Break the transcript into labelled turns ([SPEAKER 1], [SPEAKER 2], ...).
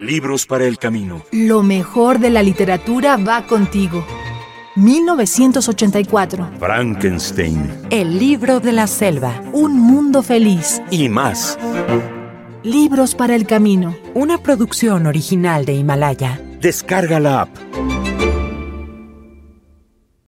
[SPEAKER 1] Libros para el camino.
[SPEAKER 2] Lo mejor de la literatura va contigo. 1984.
[SPEAKER 1] Frankenstein.
[SPEAKER 3] El libro de la selva.
[SPEAKER 2] Un mundo feliz.
[SPEAKER 1] Y más.
[SPEAKER 2] Libros para el camino.
[SPEAKER 3] Una producción original de Himalaya.
[SPEAKER 1] Descarga la app.